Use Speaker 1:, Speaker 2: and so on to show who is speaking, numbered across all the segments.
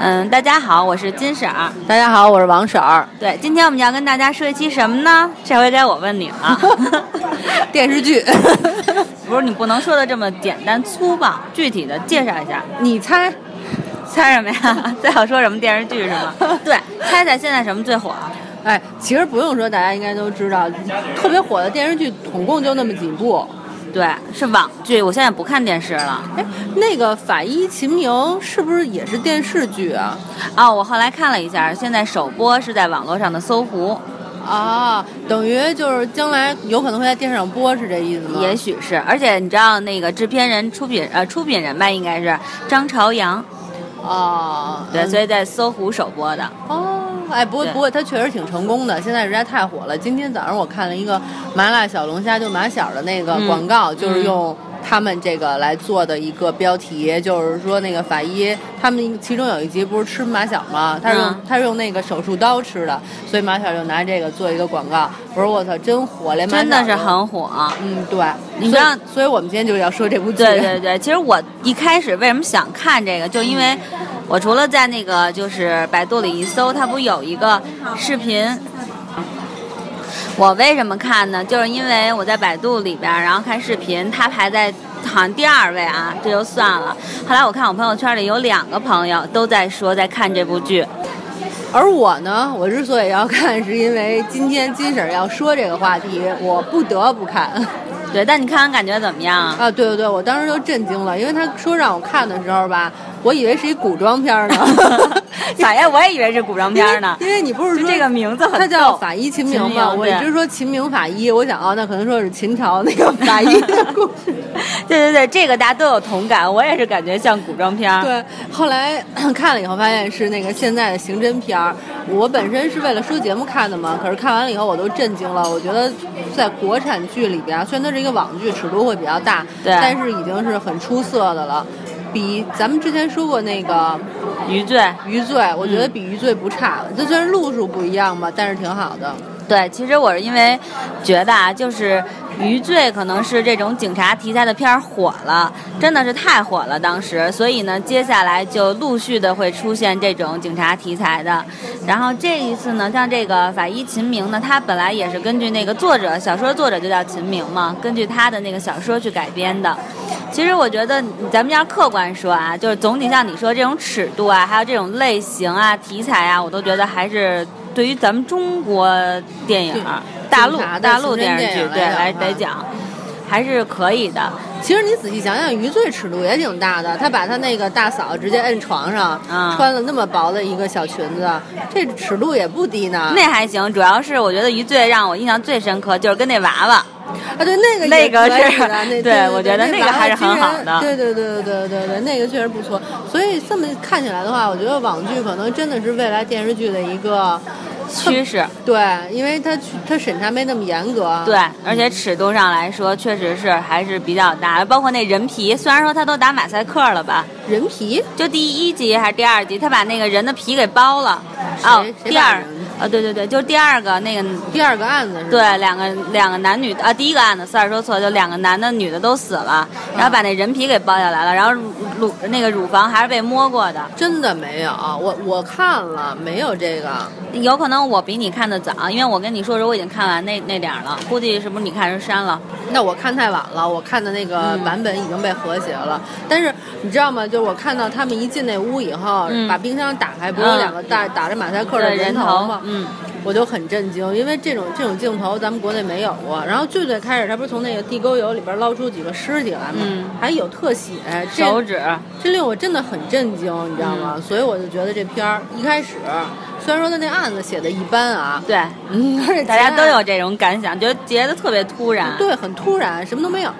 Speaker 1: 嗯，大家好，我是金婶儿。
Speaker 2: 大家好，我是王婶 儿。
Speaker 1: 对，今天我们要跟大家说一期什么呢？这回该我问你 了。
Speaker 2: 电视剧，
Speaker 1: 不是你不能说的这么简单粗暴，具体的介绍一下。
Speaker 2: 你猜？
Speaker 1: 猜什么呀？再要说什么电视剧是吗？对，猜猜现在什么最火？
Speaker 2: 哎，其实不用说，大家应该都知道，特别火的电视剧总共就那么几部。
Speaker 1: 对，是网剧。我现在不看电视了。
Speaker 2: 哎，那个《法医秦明》是不是也是电视剧啊？
Speaker 1: 哦，我后来看了一下，现在首播是在网络上的搜狐，
Speaker 2: 啊，等于就是将来有可能会在电视上播，是这意思吗？
Speaker 1: 也许是。而且你知道那个制片人、出品呃出品人吧，应该是张朝阳。
Speaker 2: 啊，
Speaker 1: 对，
Speaker 2: 嗯
Speaker 1: 所以在搜狐首播的。
Speaker 2: 哦，哎，不过
Speaker 1: 对
Speaker 2: 不过它确实挺成功的，现在实在太火了。今天早上我看了一个麻辣小龙虾，就马小的那个
Speaker 1: 嗯
Speaker 2: 广告，就是用他们这个来做的一个标题，就是说那个法医他们其中有一集不是吃马小吗？他是用、
Speaker 1: 嗯
Speaker 2: 他是用那个手术刀吃的，所以马小就拿这个做一个广告。我说我操，真火，连马小
Speaker 1: 真的是
Speaker 2: 都
Speaker 1: 很火。
Speaker 2: 嗯对，
Speaker 1: 你
Speaker 2: 所以
Speaker 1: 知道
Speaker 2: 所以我们今天就要说这部剧，
Speaker 1: 对对对，其实我一开始为什么想看这个，就因为我除了在那个就是百度里一搜，它不有一个视频。我为什么看呢？就是因为我在百度里边儿，然后看视频，它排在好像第二位啊，这就算了。后来我看我朋友圈里有两个朋友都在说在看这部剧，
Speaker 2: 而我呢，我之所以要看，是因为今天金婶儿要说这个话题，我不得不看。
Speaker 1: 对，但你看完感觉怎么样 啊？
Speaker 2: 啊，对对对，我当时就震惊了，因为他说让我看的时候吧，我以为是一古装片儿 呢。
Speaker 1: 咋哎呀？我也以为是古装片儿呢。
Speaker 2: 因为因为你不是
Speaker 1: 就
Speaker 2: 说
Speaker 1: 这个名字很
Speaker 2: 他叫
Speaker 1: 逗
Speaker 2: 法医秦明
Speaker 1: 秦
Speaker 2: 嘛，
Speaker 1: 明
Speaker 2: 我
Speaker 1: 对
Speaker 2: 一直说秦明法医，我想哦，那可能说是秦朝那个法医的故事。
Speaker 1: 对对对，这个大家都有同感，我也是感觉像古装片儿。
Speaker 2: 对，后来看了以后发现是那个现在的刑侦片儿。我本身是为了说节目看的嘛，可是看完了以后我都震惊了。我觉得在国产剧里边，虽然它是一个网剧，尺度会比较大，
Speaker 1: 对
Speaker 2: 但是已经是很出色的了。比咱们之前说过那个
Speaker 1: 余罪。
Speaker 2: 《余罪》，我
Speaker 1: 嗯
Speaker 2: 觉得比《余罪》不差。它虽然路数不一样吧，但是挺好的。
Speaker 1: 对，其实我是因为觉得啊，就是《余罪》可能是这种警察题材的片儿火了，真的是太火了当时，所以呢，接下来就陆续的会出现这种警察题材的。然后这一次呢，像这个法医秦明呢，他本来也是根据那个作者小说作者就叫秦明嘛，根据他的那个小说去改编的。其实我觉得，咱们要客观说啊，就是总体像你说这种尺度啊，还有这种类型啊、题材啊，我都觉得还是对于咱们中国电影儿、
Speaker 2: 对
Speaker 1: 大陆
Speaker 2: 警察的
Speaker 1: 大陆电视
Speaker 2: 刑侦电
Speaker 1: 剧
Speaker 2: 影
Speaker 1: 对
Speaker 2: 来
Speaker 1: 来
Speaker 2: 讲嗯
Speaker 1: 来讲，还是可以的。
Speaker 2: 其实你仔细想想，余罪尺度也挺大的。他把他那个大嫂直接摁床上，
Speaker 1: 嗯
Speaker 2: 穿了那么薄的一个小裙子，这尺度也不低呢。
Speaker 1: 那还行，主要是我觉得《余罪》让我印象最深刻，就是跟那娃 娃。
Speaker 2: 啊，对，那个
Speaker 1: 那
Speaker 2: 也
Speaker 1: 个
Speaker 2: 可以
Speaker 1: 是
Speaker 2: 的那
Speaker 1: 对
Speaker 2: 对对
Speaker 1: 我觉得
Speaker 2: 那
Speaker 1: 那个还是
Speaker 2: 娃娃
Speaker 1: 很
Speaker 2: 机
Speaker 1: 好
Speaker 2: 人
Speaker 1: 的
Speaker 2: 对对对对对对，那个确实不错。所以这么看起来的话，我觉得网剧可能真的是未来电视剧的一个
Speaker 1: 趋势
Speaker 2: 对，因为它它审查没那么严格。
Speaker 1: 对，而且尺度上来说，确实是还是比较大的。包括那人皮，虽然说他都打马赛克了吧，
Speaker 2: 人皮
Speaker 1: 就第一集还是第二集，他把那个人的皮给剥了。
Speaker 2: 谁
Speaker 1: 哦，
Speaker 2: 谁
Speaker 1: 第
Speaker 2: 把
Speaker 1: 二
Speaker 2: 人，
Speaker 1: 呃、对对对，就是第二个那个，
Speaker 2: 第二个案子是吧？
Speaker 1: 对，两个两个男女啊，第一个案子，sorry 说错，就两个男的女的都死了，然后把那人皮给剥下来了，然后乳乳那个乳房还是被摸过的。
Speaker 2: 真的没有，我我看了没有这个。
Speaker 1: 有可能我比你看的早，因为我跟你说时候我已经看完那那点儿了，估计是不是你看时候删了？
Speaker 2: 那我看太晚了，我看的那个
Speaker 1: 嗯
Speaker 2: 版本已经被和谐了。但是你知道吗？就是我看到他们一进那屋以后，
Speaker 1: 嗯
Speaker 2: 把冰箱打开，不是有
Speaker 1: 嗯
Speaker 2: 两个大、打着马赛克的
Speaker 1: 对，人
Speaker 2: 头吗？
Speaker 1: 嗯，
Speaker 2: 我就很震惊，因为这种这种镜头咱们国内没有过。然后最最开始他不是从那个地沟油里边捞出几个尸体来吗？
Speaker 1: 嗯
Speaker 2: 还有特写，这
Speaker 1: 手指，
Speaker 2: 这令我真的很震惊，你知道
Speaker 1: 嗯
Speaker 2: 吗？所以我就觉得这片儿一开始，虽然说他那案子写的一般啊，
Speaker 1: 对，
Speaker 2: 嗯，而且
Speaker 1: 大家
Speaker 2: 结案
Speaker 1: 都有这种感想，觉得截的特别突然。
Speaker 2: 对，很突然，什么都没有。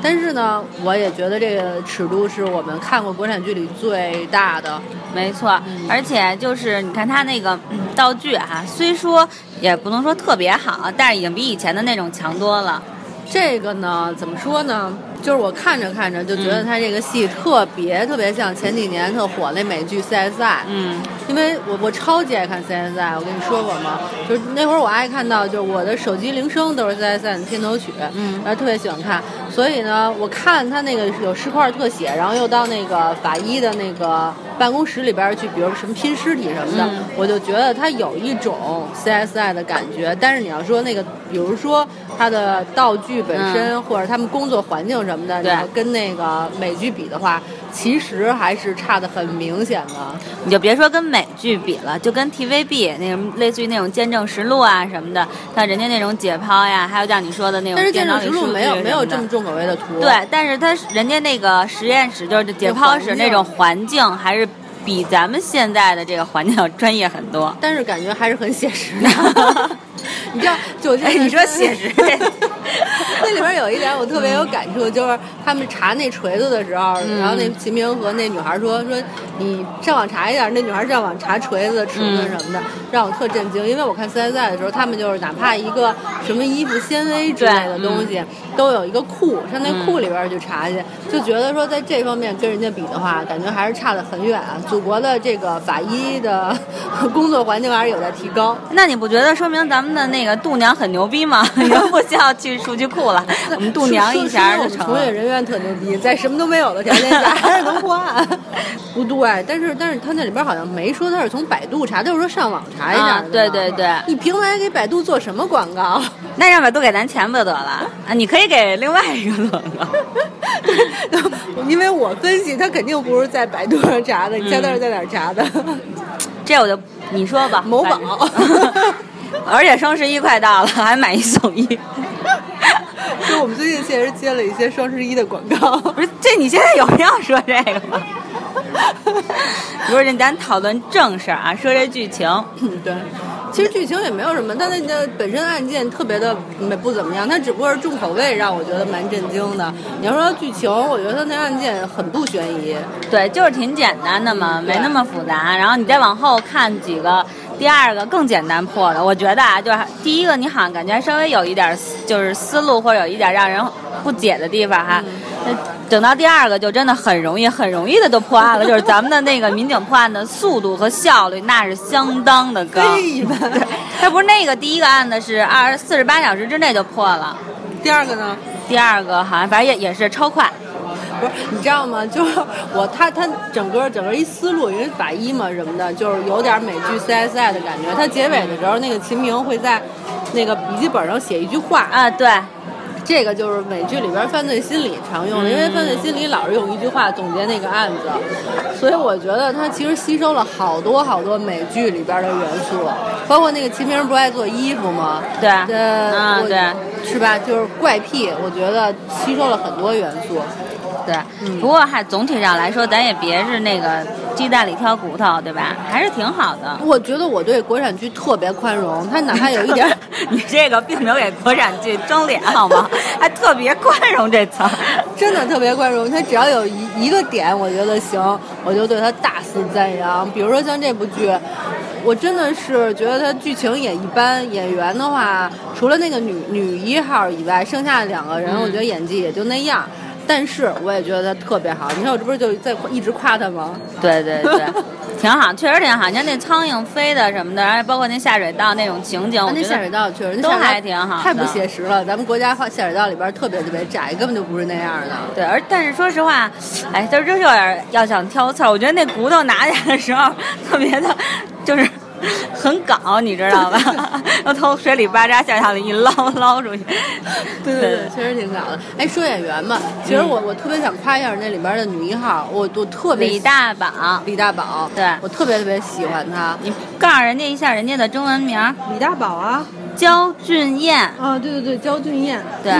Speaker 2: 但是呢，我也觉得这个尺度是我们看过国产剧里最大的。
Speaker 1: 没错，而且就是你看它那个嗯道具哈、虽说也不能说特别好，但是已经比以前的那种强多了。
Speaker 2: 这个呢，怎么说呢？就是我看着看着就觉得它这个戏特别、特别像前几年特火那美剧《CSI》。
Speaker 1: 嗯，
Speaker 2: 因为我我超级爱看 CSI，我跟你说过吗？
Speaker 1: 嗯
Speaker 2: 就是那会儿我爱看到，就是我的手机铃声都是 CSI 的片头曲，
Speaker 1: 嗯
Speaker 2: 然后特别喜欢看。所以呢，我看他那个有尸块特写，然后又到那个法医的那个办公室里边儿去，比如什么拼尸体什么的，
Speaker 1: 嗯
Speaker 2: 我就觉得它有一种 CSI 的感觉。但是你要说那个，比如说它的道具本身、或者他们工作环境什么的，
Speaker 1: 嗯
Speaker 2: 你
Speaker 1: 对
Speaker 2: 要跟那个美剧比的话，其实还是差的很明显的。
Speaker 1: 你就别说跟美剧比了，就跟 TVB 那种类似于那种见证实录啊什么的，像人家那种解剖呀，还有像你说的那种
Speaker 2: 但是《
Speaker 1: 电
Speaker 2: 见
Speaker 1: 脑
Speaker 2: 证
Speaker 1: 里
Speaker 2: 实录
Speaker 1: 数》据
Speaker 2: 没有
Speaker 1: 什
Speaker 2: 没有
Speaker 1: 么的
Speaker 2: 这么重口味的图，
Speaker 1: 对，但是他人家那个实验室就是解剖室那种环境，还是比咱们现在的这个环境要专业很多。
Speaker 2: 但是感觉还是很写实 的。你知道，就
Speaker 1: 哎，你说写实
Speaker 2: 那里边有一点我特别有感触，就是他们查那锤子的时候，
Speaker 1: 嗯
Speaker 2: 然后那秦明和那女孩说说你上网查一下，那女孩上网查锤子的尺
Speaker 1: 嗯
Speaker 2: 寸什么的，让我特震惊，因为我看 CSI 的时候，他们就是哪怕一个什么衣服纤维之类的
Speaker 1: 对嗯
Speaker 2: 东西，都有一个库，上那库里边去查去，就觉得说在这方面跟人家比的话，感觉还是差得很远啊。祖国的这个法医的 工作环境还是有待提高。
Speaker 1: 那你不觉得说明咱们的那个度娘很牛逼吗？ 你就不需要去数据库了，我们度娘一下
Speaker 2: 说
Speaker 1: 就
Speaker 2: 说
Speaker 1: 成
Speaker 2: 说明我们从业
Speaker 1: 了。
Speaker 2: 人员特牛逼，在什么都没有的条 件下还是能破案。 不对，但是但是他那里边好像没说他是从百度查，都是说上网查一下、
Speaker 1: 啊对对对
Speaker 2: 你平台给百度做什么广告？
Speaker 1: 那让百度给咱钱不就得了啊？你可以给另外一个得 了。
Speaker 2: 因为我分析，他肯定不是在百度上查的，你猜他是在哪儿查的？
Speaker 1: 这我就你说吧，
Speaker 2: 某宝
Speaker 1: 反正 而且双十一快到了，还买一送一。
Speaker 2: 就我们最近确实接了一些双十一的广告。
Speaker 1: 不是，这你现在有必要说这个吗？ 不是，咱讨论正事儿啊，说这剧情。
Speaker 2: 嗯， 对。其实剧情也没有什么，但那那本身案件特别的没不怎么样，它只不过是重口味，让我觉得蛮震惊的。你要说剧情，我觉得它那案件很不悬疑，
Speaker 1: 对，就是挺简单的嘛，没那么复杂。然后你再往后看几个，第二个更简单破的，我觉得啊，就是第一个你好像感觉稍微有一点儿思就是思路或者有一点儿让人不解的地方哈。
Speaker 2: 嗯
Speaker 1: 那等到第二个就真的很容易，很容易的就破案了，就是咱们的那个民警破案的速度和效率那是相当的高。
Speaker 2: 对吧？
Speaker 1: 他不是那个第一个案子是二四十八小时之内就破了，
Speaker 2: 第二个呢？
Speaker 1: 第二个好像反正也也是超快，
Speaker 2: 不是，你知道吗？ 就是我他他整个整个一思路，因为法医嘛什么的，就是有点美剧 CSI 的感觉。他结尾的时候，那个秦明会在那个笔记本上写一句话，
Speaker 1: 啊对，
Speaker 2: 这个就是美剧里边犯罪心理常用的，因为
Speaker 1: 嗯
Speaker 2: 犯罪心理老是用一句话总结那个案子，所以我觉得它其实吸收了好多好多美剧里边的元素，包括那个秦明不爱做衣服吗？
Speaker 1: 对
Speaker 2: 呃，
Speaker 1: 嗯
Speaker 2: 我
Speaker 1: 对，
Speaker 2: 是吧？就是怪癖，我觉得吸收了很多元素。
Speaker 1: 对，
Speaker 2: 嗯
Speaker 1: 不过还总体上来说，咱也别是那个鸡蛋里挑骨头，对吧？还是挺好 的。
Speaker 2: 我觉得我对国产剧特别宽容，它哪怕有一点儿
Speaker 1: 你这个并没有给国产剧争脸好 吗？还特别宽容这词儿。
Speaker 2: 真的特别宽容，他只要有一一个点，我觉得行，我就对他大肆赞扬。比如说像这部剧，我真的是觉得它剧情也一般，演员的话，除了那个女女一号以外，剩下的两个
Speaker 1: 嗯
Speaker 2: 人，我觉得演技也就那样。但是我也觉得他特别好，你看我这不是就在一直夸他吗？
Speaker 1: 对对对， 挺好，确实挺好。你看那苍蝇飞的什么的，而且包括那下水道那种情嗯景，我
Speaker 2: 啊那
Speaker 1: 觉
Speaker 2: 下水
Speaker 1: 得
Speaker 2: 道确实，那
Speaker 1: 都
Speaker 2: 下水道
Speaker 1: 还挺好的
Speaker 2: 太不写实了。咱们国家画下水道里边特别特别窄，根本就不是那样的。
Speaker 1: 对。而但是说实话，哎，就是就是有点要想挑刺儿。我觉得那骨头拿起来的时候特别的，就是很搞，你知道吧？要从水里巴扎下下来一捞捞出去。
Speaker 2: 对对对，确实挺搞的。哎，说演员嘛，其实我、我特别想夸一下那里边的女一号，我我特别
Speaker 1: 嗯李大宝，
Speaker 2: 李大宝，
Speaker 1: 对
Speaker 2: 我特别特别喜欢她。
Speaker 1: 你告诉人家一下人家的中文名儿
Speaker 2: 李大宝啊，
Speaker 1: 焦俊艳。
Speaker 2: 啊，对对对，焦俊艳，
Speaker 1: 对，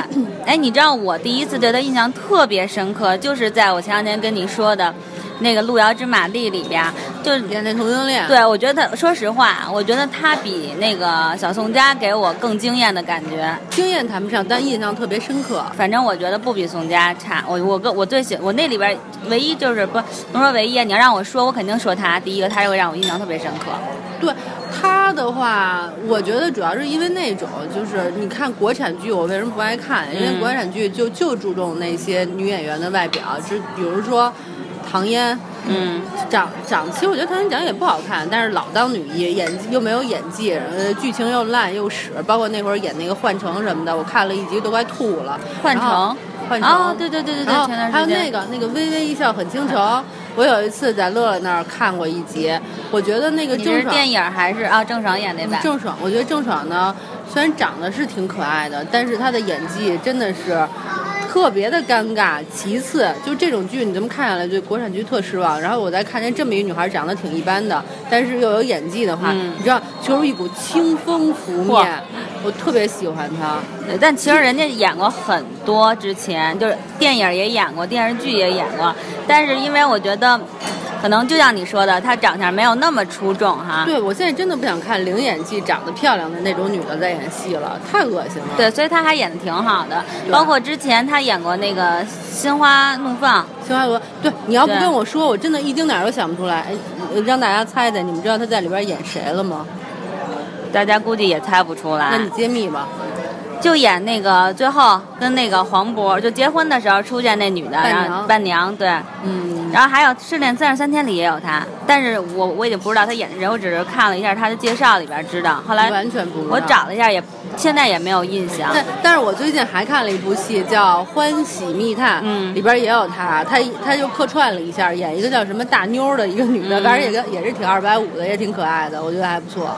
Speaker 1: 哎，你知道我第一次对他印象特别深刻，就是在我前两天跟你说的那个《路遥知马力》里边儿，就是
Speaker 2: 演那同性恋，，
Speaker 1: 对我觉得他，说实话，我觉得他比那个小宋佳给我更惊艳的感觉。
Speaker 2: 经验谈不上，但印象特别深刻。
Speaker 1: 反正我觉得不比宋佳差。我我跟我最喜我那里边儿唯一就是不能说唯一啊，你要让我说，我肯定说他。第一个，他又让我印象特别深刻。
Speaker 2: 对她的话，我觉得主要是因为那种，就是你看国产剧，我为什么不爱看？因为
Speaker 1: 嗯
Speaker 2: 国产剧就就注重那些女演员的外表，就比如说唐嫣，
Speaker 1: 嗯，
Speaker 2: 长长，其实我觉得唐嫣讲也不好看，但是老当女一，演技又没有演技，呃，剧情又烂又屎，包括那会儿演那个《幻城》什么的，我看了一集都快吐了。
Speaker 1: 幻
Speaker 2: 然后
Speaker 1: 城，
Speaker 2: 哦幻城，
Speaker 1: 啊，对对对对对，
Speaker 2: 然后
Speaker 1: 前段
Speaker 2: 还有
Speaker 1: 时间
Speaker 2: 那个那个《微微一笑很倾城》，我有一次在乐乐那儿看过一集，我觉得那个
Speaker 1: 你
Speaker 2: 郑
Speaker 1: 是
Speaker 2: 爽
Speaker 1: 电影还是啊？郑爽演那版？
Speaker 2: 嗯郑爽，我觉得郑爽呢，虽然长得是挺可爱的，但是她的演技真的是特别的尴尬。其次，就这种剧你这么看下来，对国产剧特失望。然后我再看见这么一个女孩长得挺一般的，但是又有演技的话，
Speaker 1: 嗯
Speaker 2: 你知道，就是一股清风拂
Speaker 1: 嚯
Speaker 2: 面，我特别喜欢她。
Speaker 1: 对，但其实人家演过很多，之前就是电影也演过，电视剧也演过，但是因为我觉得，可能就像你说的，她长相没有那么出众哈。
Speaker 2: 对我现在真的不想看零演技长得漂亮的那种女的在演戏了，太恶心了。
Speaker 1: 对，所以她还演的挺好的，
Speaker 2: 对
Speaker 1: 包括之前她演过那个《心花怒放》，
Speaker 2: 青花罗，对，你要不
Speaker 1: 对
Speaker 2: 跟我说，我真的一丁点儿都想不出来。哎，让大家猜猜，你们知道她在里边演谁了吗？
Speaker 1: 大家估计也猜不出
Speaker 2: 那
Speaker 1: 来
Speaker 2: 你，揭秘吧。
Speaker 1: 就演那个最后跟那个黄渤就结婚的时候出现那女的，
Speaker 2: 伴娘
Speaker 1: 然后伴娘对，
Speaker 2: 嗯，
Speaker 1: 然后还有《失恋三十三天》里也有她，但是我我已经不知道她演的人，我只是看了一下她的介绍里边知道，后来
Speaker 2: 完全不知道
Speaker 1: 我找了一下也，现在也没有印象。
Speaker 2: 但但是我最近还看了一部戏叫《欢喜密探》，
Speaker 1: 嗯
Speaker 2: 里边也有她，她她就客串了一下，演一个叫什么大妞儿的一个女的，
Speaker 1: 嗯
Speaker 2: 反正也跟也是挺二百五的，也挺可爱的，我觉得还不错。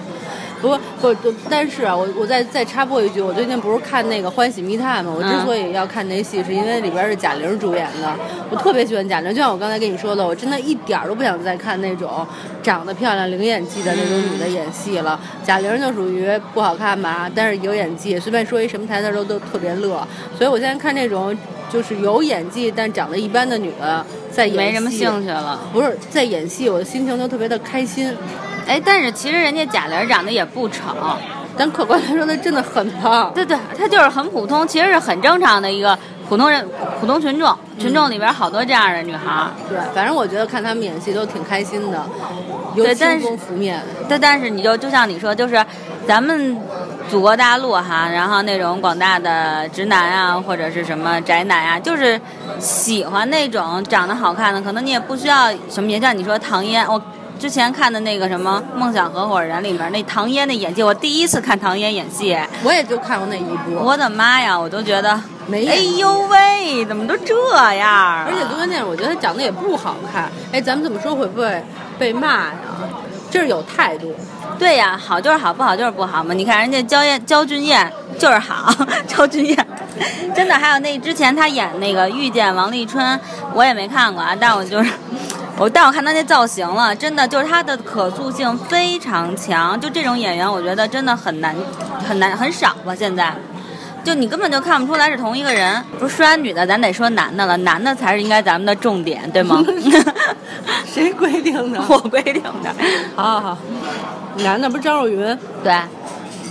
Speaker 2: 不过不不，但是啊，我我再再插播一句，我最近不是看那个《欢喜密探》嘛，我之
Speaker 1: 嗯
Speaker 2: 所以要看那戏，是因为里边是贾玲主演的，我特别喜欢贾玲，就像我刚才跟你说的，我真的一点儿都不想再看那种长得漂亮、零演技的那种女的演戏了。贾玲就属于不好看吧，但是有演技，随便说一什么台词儿都都特别乐，所以我现在看这种就是有演技但长得一般的女的在演戏，
Speaker 1: 没什么兴趣了，
Speaker 2: 不是在演戏，我的心情都特别的开心。
Speaker 1: 哎，但是其实人家贾玲长得也不丑，
Speaker 2: 但客观来说，她真的很棒。
Speaker 1: 对对，她就是很普通，其实是很正常的一个普通人、普通群众，群众里边好多这样的女孩儿。
Speaker 2: 对，反正我觉得看他们演戏都挺开心的，尤
Speaker 1: 对但
Speaker 2: 清
Speaker 1: 是
Speaker 2: 风拂面。
Speaker 1: 但但是你就就像你说，就是咱们祖国大陆哈，然后那种广大的直男啊，或者是什么宅男啊，就是喜欢那种长得好看的，可能你也不需要什么，也像你说唐嫣，我。之前看的那个什么《梦想合伙人》里边那唐嫣的演技，我第一次看唐嫣演戏，
Speaker 2: 我也就看过那一部，
Speaker 1: 我的妈呀，我都觉得，
Speaker 2: 没
Speaker 1: 哎
Speaker 2: 演技
Speaker 1: 呦喂，怎么都这样、啊？
Speaker 2: 而且就关键是我觉得他长得也不好看。哎，咱们这么说会不会被骂呀？这是有态度，
Speaker 1: 对呀，好就是好，不好就是不好嘛。你看人家焦艳、焦俊艳就是好， 焦俊艳真的。还有那之前她演那个《遇见王沥春》，我也没看过啊，但我就是我，但我看她那造型了，真的就是她的可塑性非常强。就这种演员，我觉得真的很难、很难、很少吧。现在就你根本就看不出来是同一个人。不是说完女的，咱得说男的了，男的才是应该咱们的重点，对吗？
Speaker 2: 谁规定的？
Speaker 1: 我规定的。
Speaker 2: 好好好，男的不是张若昀？
Speaker 1: 对，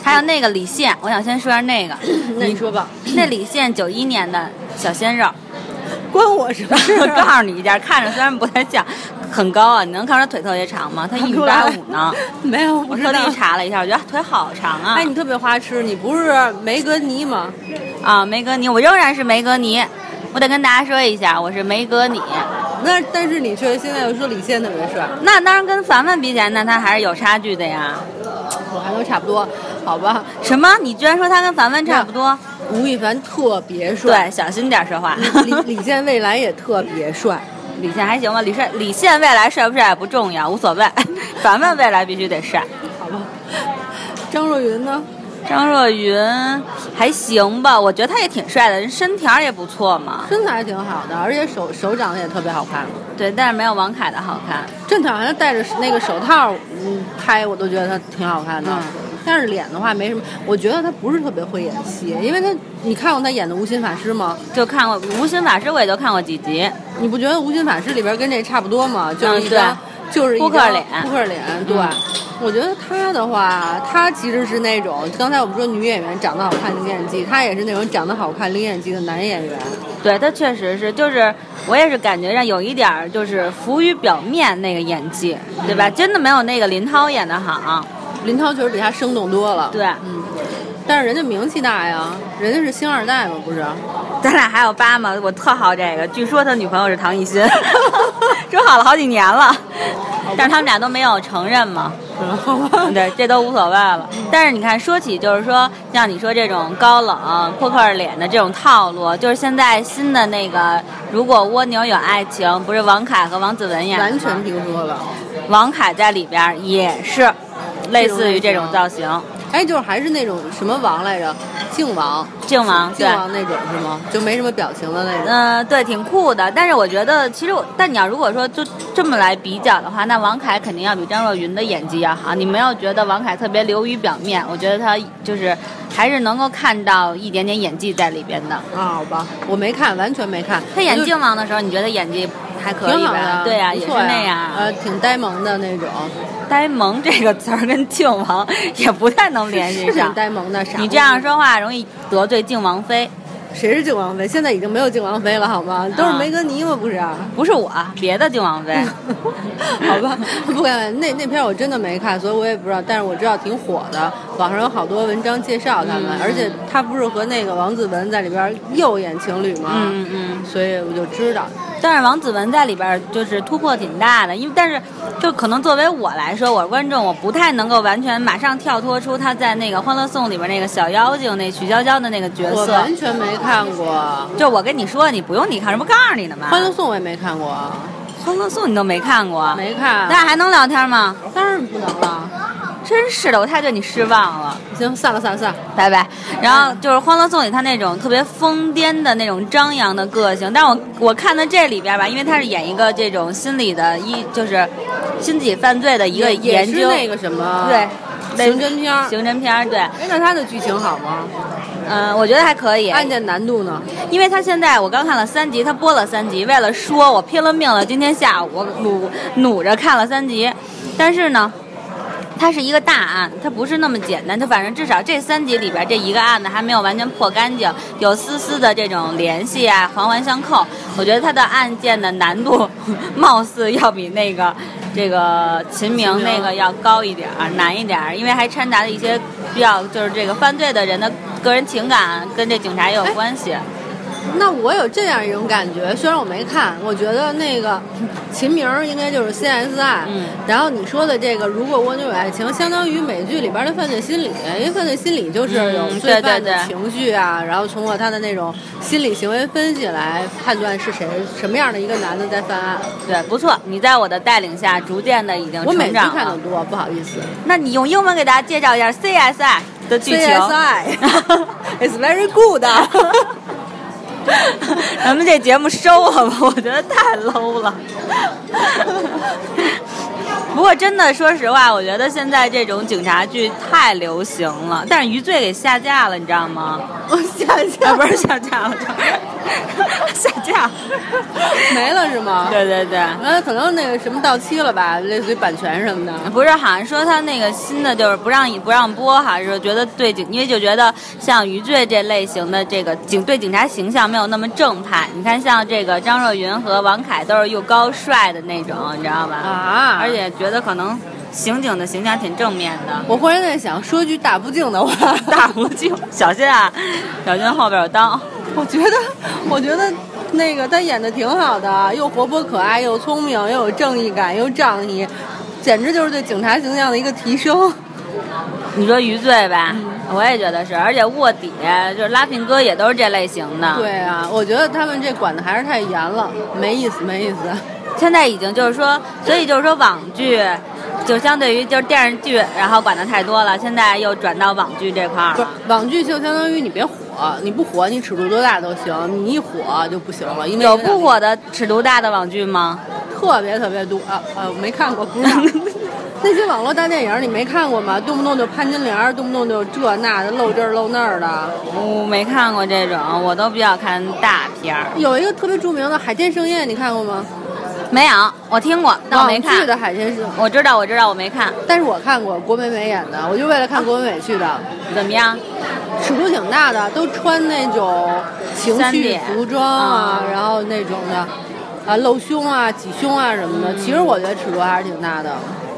Speaker 1: 还有那个李现，我想先说下那 个，
Speaker 2: 那你说吧，
Speaker 1: 那李现九一年的小鲜 肉，
Speaker 2: 关我什么事
Speaker 1: 我
Speaker 2: 啊？
Speaker 1: 告诉你一下，看着虽然不太像，很高啊，你能看出来腿特别长吗？他一米八五呢。
Speaker 2: 没有，我
Speaker 1: 我
Speaker 2: 不知
Speaker 1: 特
Speaker 2: 道
Speaker 1: 地。查了一下，我觉得腿好长啊！
Speaker 2: 哎，你特别花痴，你不是梅格尼吗？
Speaker 1: 啊，梅格尼，我仍然是梅格尼，我得跟大家说一下，我是梅格尼。
Speaker 2: 那但是你却现在又说李现特别帅，
Speaker 1: 那当然跟凡凡比起来，那他还是有差距的呀。
Speaker 2: 我还都差不多，好吧？
Speaker 1: 什么？你居然说他跟凡凡差不多？
Speaker 2: 吴亦凡特别帅，
Speaker 1: 对，小心点说话。
Speaker 2: 李李现未来也特别帅。
Speaker 1: 李现还行吧，李帅李现未来帅不帅不重要，无所谓。凡凡未来必须得帅。
Speaker 2: 好吧，张若昀呢？
Speaker 1: 张若昀还行吧，我觉得他也挺帅的，人身条也不错嘛。
Speaker 2: 身材挺好的，而且手手长得也特别好看。
Speaker 1: 对，但是没有王凯的好看。
Speaker 2: 正常像戴着那个手套，嗯，拍我都觉得他挺好看的。
Speaker 1: 嗯
Speaker 2: 但是脸的话没什么，我觉得他不是特别会演戏，因为他，你看过他演的《无心法师》吗？
Speaker 1: 就看过《无心法师》，我也就看过几集。
Speaker 2: 你不觉得《无心法师》里边跟这差不多吗？就是一张，
Speaker 1: 嗯
Speaker 2: 就是一张
Speaker 1: 扑克脸
Speaker 2: 扑克脸，对。
Speaker 1: 嗯
Speaker 2: 我觉得他的话，他其实是那种刚才我们说女演员长得好看零演技，他也是那种长得好看零演技的男演员。
Speaker 1: 对他确实是，就是我也是感觉上有一点儿就是浮于表面那个演技，对吧？真的没有那个林涛演的好。
Speaker 2: 林涛确实比他生动多了，
Speaker 1: 对
Speaker 2: 嗯，但是人家名气大呀，人家是星二代嘛，不是？
Speaker 1: 咱俩还有八吗？我特好这个，据说他女朋友是 唐艺昕，说好了好几年了，但是他们俩都没有承认嘛。
Speaker 2: 嗯好吧，
Speaker 1: 对，这都无所谓了。
Speaker 2: 嗯
Speaker 1: 但是你看，说起就是说，像你说这种高冷、扑克脸的这种套路，就是现在新的那个《如果蜗牛有爱情》，不是王凯和王子文演的吗
Speaker 2: 完全听说了。
Speaker 1: 王凯在里边儿也是类似于这种造型，
Speaker 2: 哎，就是还是那种什么王来着，靖王，
Speaker 1: 靖王啊
Speaker 2: 靖
Speaker 1: 对。
Speaker 2: 王那种是吗？就没什么表情的那种。
Speaker 1: 嗯、对，挺酷的。但是我觉得，其实我，但你要如果说就这么来比较的话，那王凯肯定要比张若昀的演技要好。你没有觉得王凯特别流于表面？我觉得他就是还是能够看到一点点演技在里边的。
Speaker 2: 啊，好吧，我没看，完全没看。
Speaker 1: 嗯他演
Speaker 2: 我就
Speaker 1: 靖王的时候，你觉得演技还可以
Speaker 2: 挺好
Speaker 1: 吧？
Speaker 2: 的，
Speaker 1: 对呀、
Speaker 2: 不
Speaker 1: 也是
Speaker 2: 错呀
Speaker 1: 那样。
Speaker 2: 呃，挺呆萌的那种，
Speaker 1: 啊呆萌这个词儿跟靖王也不太能联系
Speaker 2: 是挺
Speaker 1: 上。
Speaker 2: 呆萌的。傻乎乎
Speaker 1: 你这样，说话容易得罪靖王妃，
Speaker 2: 谁是靖王妃？现在已经没有靖王妃了，好吗？都是
Speaker 1: 啊
Speaker 2: 梅格妮吗？不是、
Speaker 1: 不是我，啊别的靖王 妃。
Speaker 2: 好吧，不管那那片儿我真的没看，所以我也不知道。但是我知道挺火的，网上有好多文章介绍他们，
Speaker 1: 嗯
Speaker 2: 而且他不是和那个王子文在里边又演情侣吗？
Speaker 1: 嗯嗯。
Speaker 2: 所以我就知道，
Speaker 1: 但是王子文在里边儿就是突破挺大的，因为但是就可能作为我来说，我是观众我不太能够完全马上跳脱出他在那个《欢乐颂》里边那个小妖精那曲筱绡的那个角
Speaker 2: 我
Speaker 1: 色
Speaker 2: 完。全没看过《
Speaker 1: 就我跟你说，你不用你看，这不告诉你呢吗？
Speaker 2: 欢乐颂》，我也没看过，
Speaker 1: 欢乐颂你都没看过，
Speaker 2: 没看，
Speaker 1: 那还能聊天吗？
Speaker 2: 当然不能了。
Speaker 1: 真是的，我太对你失望了，
Speaker 2: 行，散了散了散了。
Speaker 1: 拜拜。然后就是《欢乐颂》里他那种特别疯癫的那种张扬的个性，但我我看到这里边吧，因为他是演一个这种心理的一就是心理犯罪的一个
Speaker 2: 也也
Speaker 1: 研
Speaker 2: 是
Speaker 1: 究，
Speaker 2: 那个什么
Speaker 1: 对，类
Speaker 2: 刑侦片儿。
Speaker 1: 刑侦片儿对，
Speaker 2: 哎，那它的剧情好吗？
Speaker 1: 嗯、我觉得还可以，
Speaker 2: 案件难度呢？
Speaker 1: 因为他现在我刚看了三集，他播了三集，为了说我拼了命了，今天下午我努努着看了三集，但是呢。它是一个大案，它不是那么简单。它反正至少这三集里边这一个案子还没有完全破干净，有丝丝的这种联系啊，环环相扣。我觉得它的案件的难度，貌似要比那个这个秦
Speaker 2: 秦
Speaker 1: 明
Speaker 2: 明
Speaker 1: 那个要高一点儿，难一点儿，因为还掺杂了一些比较就是这个犯罪的人的个人情感啊跟这警察也有关系。
Speaker 2: 那我有这样一种感觉，虽然我没看，我觉得那个秦明儿应该就是 CSI，、
Speaker 1: 嗯
Speaker 2: 然后你说的这个《如果蜗牛有爱情》，相当于美剧里边的犯罪心理，因为犯罪心理就是有
Speaker 1: 嗯
Speaker 2: 罪
Speaker 1: 对
Speaker 2: 犯的
Speaker 1: 对对
Speaker 2: 情绪啊，然后通过他的那种心理行为分析来判断是谁什么样的一个男的在犯案。
Speaker 1: 对，不错，你在我的带领下，逐渐的已经
Speaker 2: 我每
Speaker 1: 成
Speaker 2: 次
Speaker 1: 长啊
Speaker 2: 看的
Speaker 1: 了。
Speaker 2: 多，不好意思。
Speaker 1: 那你用英文给大家介绍一下 CSI 的剧情。
Speaker 2: is very good
Speaker 1: 咱们这节目收了吧，我觉得太 low 了。不过真的，说实话，我觉得现在这种警察剧太流行了，但是余罪给下架了，你知道 吗？
Speaker 2: 我想
Speaker 1: 啊，
Speaker 2: 想，
Speaker 1: 不是下架了， 下架。
Speaker 2: 没了是吗？。
Speaker 1: 对对对。
Speaker 2: 呃，可能那个什么到期了吧，类似于版权什么的。
Speaker 1: 不是，好像说他那个新的就是不让不让播，还是觉得对警，因为就觉得像余罪这类型的这个警对警察形象没有那么正派。你看，像这个张若昀和王凯都是又高帅的那种，你知道吧？
Speaker 2: 啊
Speaker 1: 而且觉得可能刑警的形象挺正面的。
Speaker 2: 我忽然在想，说句大不敬的话，
Speaker 1: 大不敬，小心啊！小心后边有刀。
Speaker 2: 我觉得，我觉得那个他演的挺好的，又活泼可爱，又聪明，又有正义感，又仗义，简直就是对警察形象的一个 提升。
Speaker 1: 你说余罪吧，
Speaker 2: 嗯
Speaker 1: 我也觉得是，而且卧底就是拉聘哥也都是这类型的。。
Speaker 2: 对啊，我觉得他们这管的还是太严了，没意思，没意思。
Speaker 1: 现在已经就是说，所以就是说网剧，就相对于就是电视剧，然后管的太多了，现在又转到网剧这块儿
Speaker 2: 不是
Speaker 1: 了。
Speaker 2: 网剧就相当于你别火，你不火，你尺度多大都行，你一火就不行了，因为
Speaker 1: 有不火的尺度大的网剧吗？
Speaker 2: 特别特别多啊啊！我没看过，不知道。 那些网络大电影你没看过吗？动不动就潘金莲儿，动不动就这那的，露这儿露那儿的。
Speaker 1: 我没看过这种，我都比较看大片儿。
Speaker 2: 有一个特别著名的《海天盛宴》，你看过吗？
Speaker 1: 没有，我听过，但我没
Speaker 2: 网剧
Speaker 1: 看
Speaker 2: 的。《海天盛》，
Speaker 1: 我知道，我知道，我没看。
Speaker 2: 但是我看过郭美美演的，我就为了看郭美美去的，
Speaker 1: 怎么样？
Speaker 2: 尺度挺大的，都穿那种情
Speaker 1: 三
Speaker 2: 趣
Speaker 1: 点
Speaker 2: 服装啊，
Speaker 1: 嗯
Speaker 2: 然后那种的。啊，露胸啊，挤胸啊什么
Speaker 1: 嗯
Speaker 2: 的，其实我觉得尺度还是挺大的。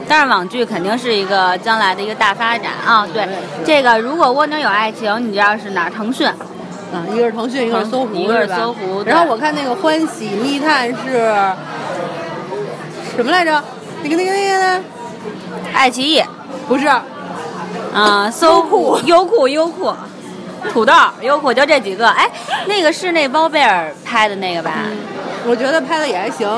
Speaker 1: 但是网剧肯定是一个将来的一个大发展啊！对
Speaker 2: 我也是，
Speaker 1: 这个如果蜗牛有爱情，你知道是哪儿？腾讯。
Speaker 2: 啊，一个是腾讯，一个是搜狐，
Speaker 1: 嗯一个是
Speaker 2: 吧
Speaker 1: 搜狐对
Speaker 2: 然后我看那个《欢喜密探》是什么来着？那个那个那个
Speaker 1: 爱奇艺，
Speaker 2: 不是，
Speaker 1: 啊，搜
Speaker 2: 酷、
Speaker 1: 优酷、优酷、土豆、优酷，就这几个。哎，那个是那包贝尔拍的那个吧？
Speaker 2: 嗯我觉得拍的也还行。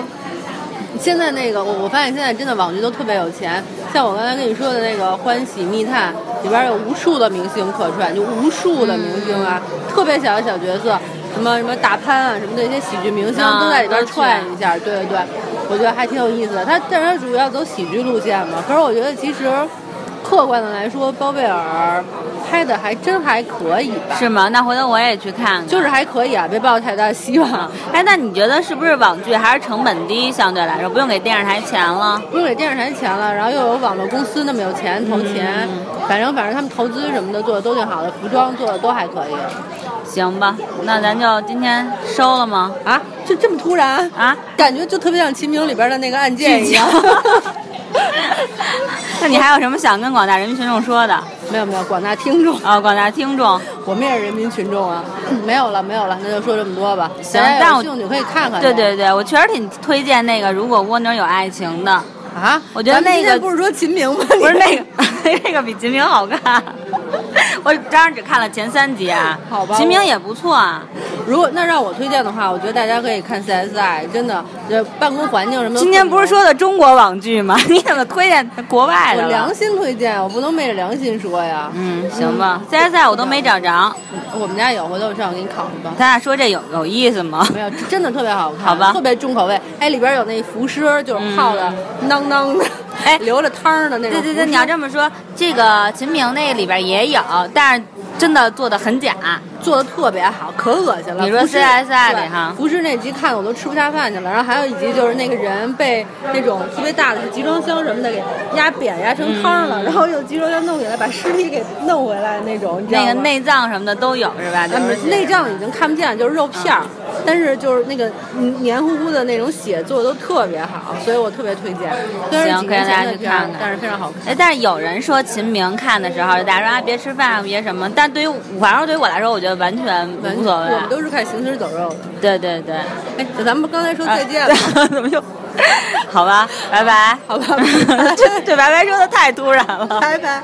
Speaker 2: 现在那个，我我发现现在真的网剧都特别有钱，像我刚才跟你说的那个《欢喜密探》里边有无数的明星客串，就无数的明星啊，
Speaker 1: 嗯
Speaker 2: 特别小的小角色，什么什么大潘啊，什么那些喜剧明星
Speaker 1: 啊
Speaker 2: 都在里边
Speaker 1: 都去
Speaker 2: 串一下，对对对，我觉得还挺有意思的。他但是他主要走喜剧路线嘛，可是我觉得其实客观的来说，包贝尔拍的还真还可以吧，
Speaker 1: 是吗？那回头我也去看看。
Speaker 2: 就是还可以啊，别抱太大希望。
Speaker 1: 哎，那你觉得是不是网剧还是成本低，相对来说不用给电视台钱了？
Speaker 2: 不用给电视台钱了，然后又有网络公司那么有钱投钱，
Speaker 1: 嗯
Speaker 2: 反正反正他们投资什么的做的都挺好的，服装做的都还可以
Speaker 1: 行吧，那咱就今天收了吗？
Speaker 2: 啊，就这么突然，
Speaker 1: 啊？
Speaker 2: 感觉就特别像《秦明》里边的那个案件一样。
Speaker 1: 那你还有什么想跟广大人民群众说的？
Speaker 2: 没有没有，广大听众，
Speaker 1: 啊、广大听众，
Speaker 2: 我们也是人民群 众啊。没有了没有了，那就说这么多吧。
Speaker 1: 行
Speaker 2: 大家
Speaker 1: 但
Speaker 2: 有
Speaker 1: 我
Speaker 2: 兴趣可以看看。
Speaker 1: 对对对，我确实挺推荐那个《如果蜗牛有爱情》的，
Speaker 2: 啊，
Speaker 1: 我觉得
Speaker 2: 咱们
Speaker 1: 那个
Speaker 2: 今天 不是说秦明吗？
Speaker 1: 不是那个， 那个比秦明好看。 我当然只看了前三集啊，
Speaker 2: 好吧
Speaker 1: 秦明
Speaker 2: 我
Speaker 1: 也不错啊。
Speaker 2: 如果那让我推荐的话，我觉得大家可以看 CSI，真的，这办公环境什么的。
Speaker 1: 今天不是说的中国网剧 吗？你怎么推荐国外
Speaker 2: 我
Speaker 1: 的了
Speaker 2: 良？心推荐，我不能昧着良心说呀。
Speaker 1: 嗯，行吧，CSI 我都没找着，
Speaker 2: 我们家有，回头我上我给你考虑吧。
Speaker 1: 咱俩说这有有意思吗？
Speaker 2: 没有，真的特别好看，
Speaker 1: 好吧
Speaker 2: 特别重口味。哎，里边有那浮尸，就是泡的囊囊的，
Speaker 1: 嗯哎
Speaker 2: 流着汤儿的那
Speaker 1: 对
Speaker 2: 种浮尸。
Speaker 1: 对对，你要这么说，这个秦明那里边也有，但是真的做的很假。
Speaker 2: 做的特别好，可恶心了。
Speaker 1: 你说
Speaker 2: 浮尸
Speaker 1: CSI
Speaker 2: 对
Speaker 1: 里哈
Speaker 2: 浮尸那集看的我都吃不下饭去了。然后还有一集就是那个人被那种特别大的集装箱什么的给压扁，压成汤
Speaker 1: 嗯
Speaker 2: 了，然后用集装箱弄起来，把尸体给弄回来那种，你知道
Speaker 1: 那
Speaker 2: 吗？
Speaker 1: 个内脏什么的都有是吧？
Speaker 2: 呃
Speaker 1: 就是
Speaker 2: 内脏已经看不见了，就是肉片儿，
Speaker 1: 嗯
Speaker 2: 但是就是那个嗯黏糊糊的那种血做的都特别好，所以我特别推荐。虽然是几
Speaker 1: 可以
Speaker 2: 年
Speaker 1: 让大家
Speaker 2: 前的
Speaker 1: 去
Speaker 2: 片儿
Speaker 1: 看看
Speaker 2: 但是非常好看。
Speaker 1: 哎，但是有人说秦明看的时候，大家说啊别吃饭，别什么。但对于我反正对于我来说，我觉得完全
Speaker 2: 完
Speaker 1: 无所谓啊
Speaker 2: 我。们都是看《行尸走肉》的。
Speaker 1: 对对对，
Speaker 2: 哎，咱们刚才说 再见了，
Speaker 1: 啊怎么就？好吧，拜拜，
Speaker 2: 好吧拜拜
Speaker 1: 这对拜拜说的太突然了，
Speaker 2: 拜拜。